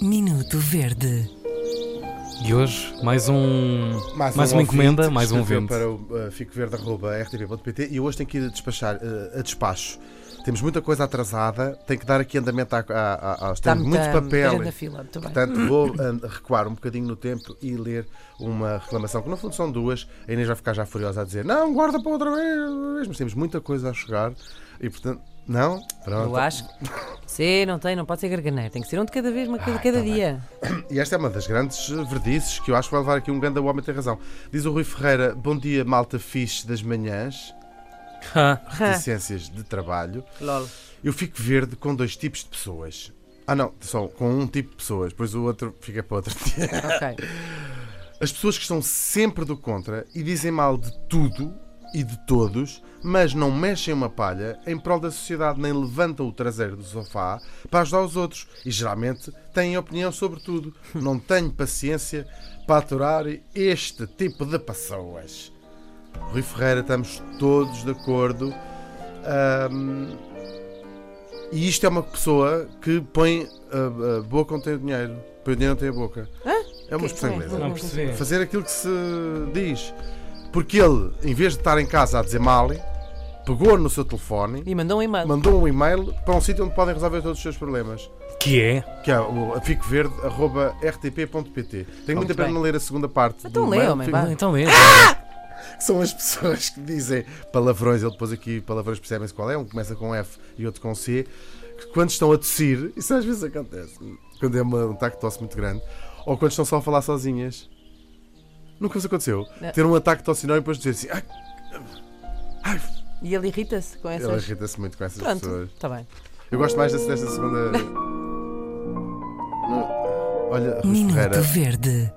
Minuto Verde. E hoje, mais um. Mais, uma ouvinte encomenda, que mais um escreveu vento. Para o uh, ficoverde.rtp.pt e hoje tenho que ir despachar, uh, a despacho. Temos muita coisa atrasada, tenho que dar aqui andamento à, à, à, aos. Está Tenho muitos muita papéis. gente na fila, muito bem. Portanto, vou uh, recuar um bocadinho no tempo e ler uma reclamação, que no fundo são duas. A Inês vai ficar já furiosa a dizer: Não, guarda para outra vez. Mas temos muita coisa a chegar e, portanto, não? Pronto. Eu acho que. Sim, não tem, não pode ser garganeiro. Tem que ser um de cada vez, uma de cada dia. E esta é uma das grandes verdices que eu acho que vai levar aqui um grande O Homem Tem Razão. Diz o Rui Ferreira: Bom dia, malta fixe das manhãs, Ah, reticências de trabalho. LOL. Eu fico verde com dois tipos de pessoas. Ah, não, só com um tipo de pessoas, pois o outro fica para outro dia. Ok. As pessoas que estão sempre do contra e dizem mal de tudo e de todos, mas não mexem uma palha em prol da sociedade, nem levantam o traseiro do sofá para ajudar os outros. E geralmente têm opinião sobre tudo. Não tenho paciência para aturar este tipo de pessoas. Rui Ferreira, estamos todos de acordo. Ahm, e isto é uma pessoa que põe a, a boca onde tem o dinheiro. Põe o dinheiro onde tem a boca. É uma Que- expressão como é? inglesa não percebi. fazer aquilo que se diz. Porque ele, em vez de estar em casa a dizer mal, pegou no seu telefone, E mandou um e-mail. mandou um e-mail para um sítio onde podem resolver todos os seus problemas, Que é? que é o ficoverde.rtp.pt. Tenho muita pena bem. não ler a segunda parte. Então do lê, e-mail, homem, fico- vá. Então é. que São as pessoas que dizem palavrões, ele pôs aqui palavrões, percebem-se qual é, um começa com F e outro com C, que quando estão a tossir, isso às vezes acontece, quando é uma- um ataque de tosse muito grande, ou quando estão só a falar sozinhas. Nunca vos aconteceu? Não. Ter um ataque de tossinão e depois dizer assim, ai, ai, E ele irrita-se com ela essas. irrita-se muito com essas É Pronto, pessoas. está bem. Eu gosto mais dessa, desta segunda. Não. Olha, Rui Minuto Ferreira. Verde.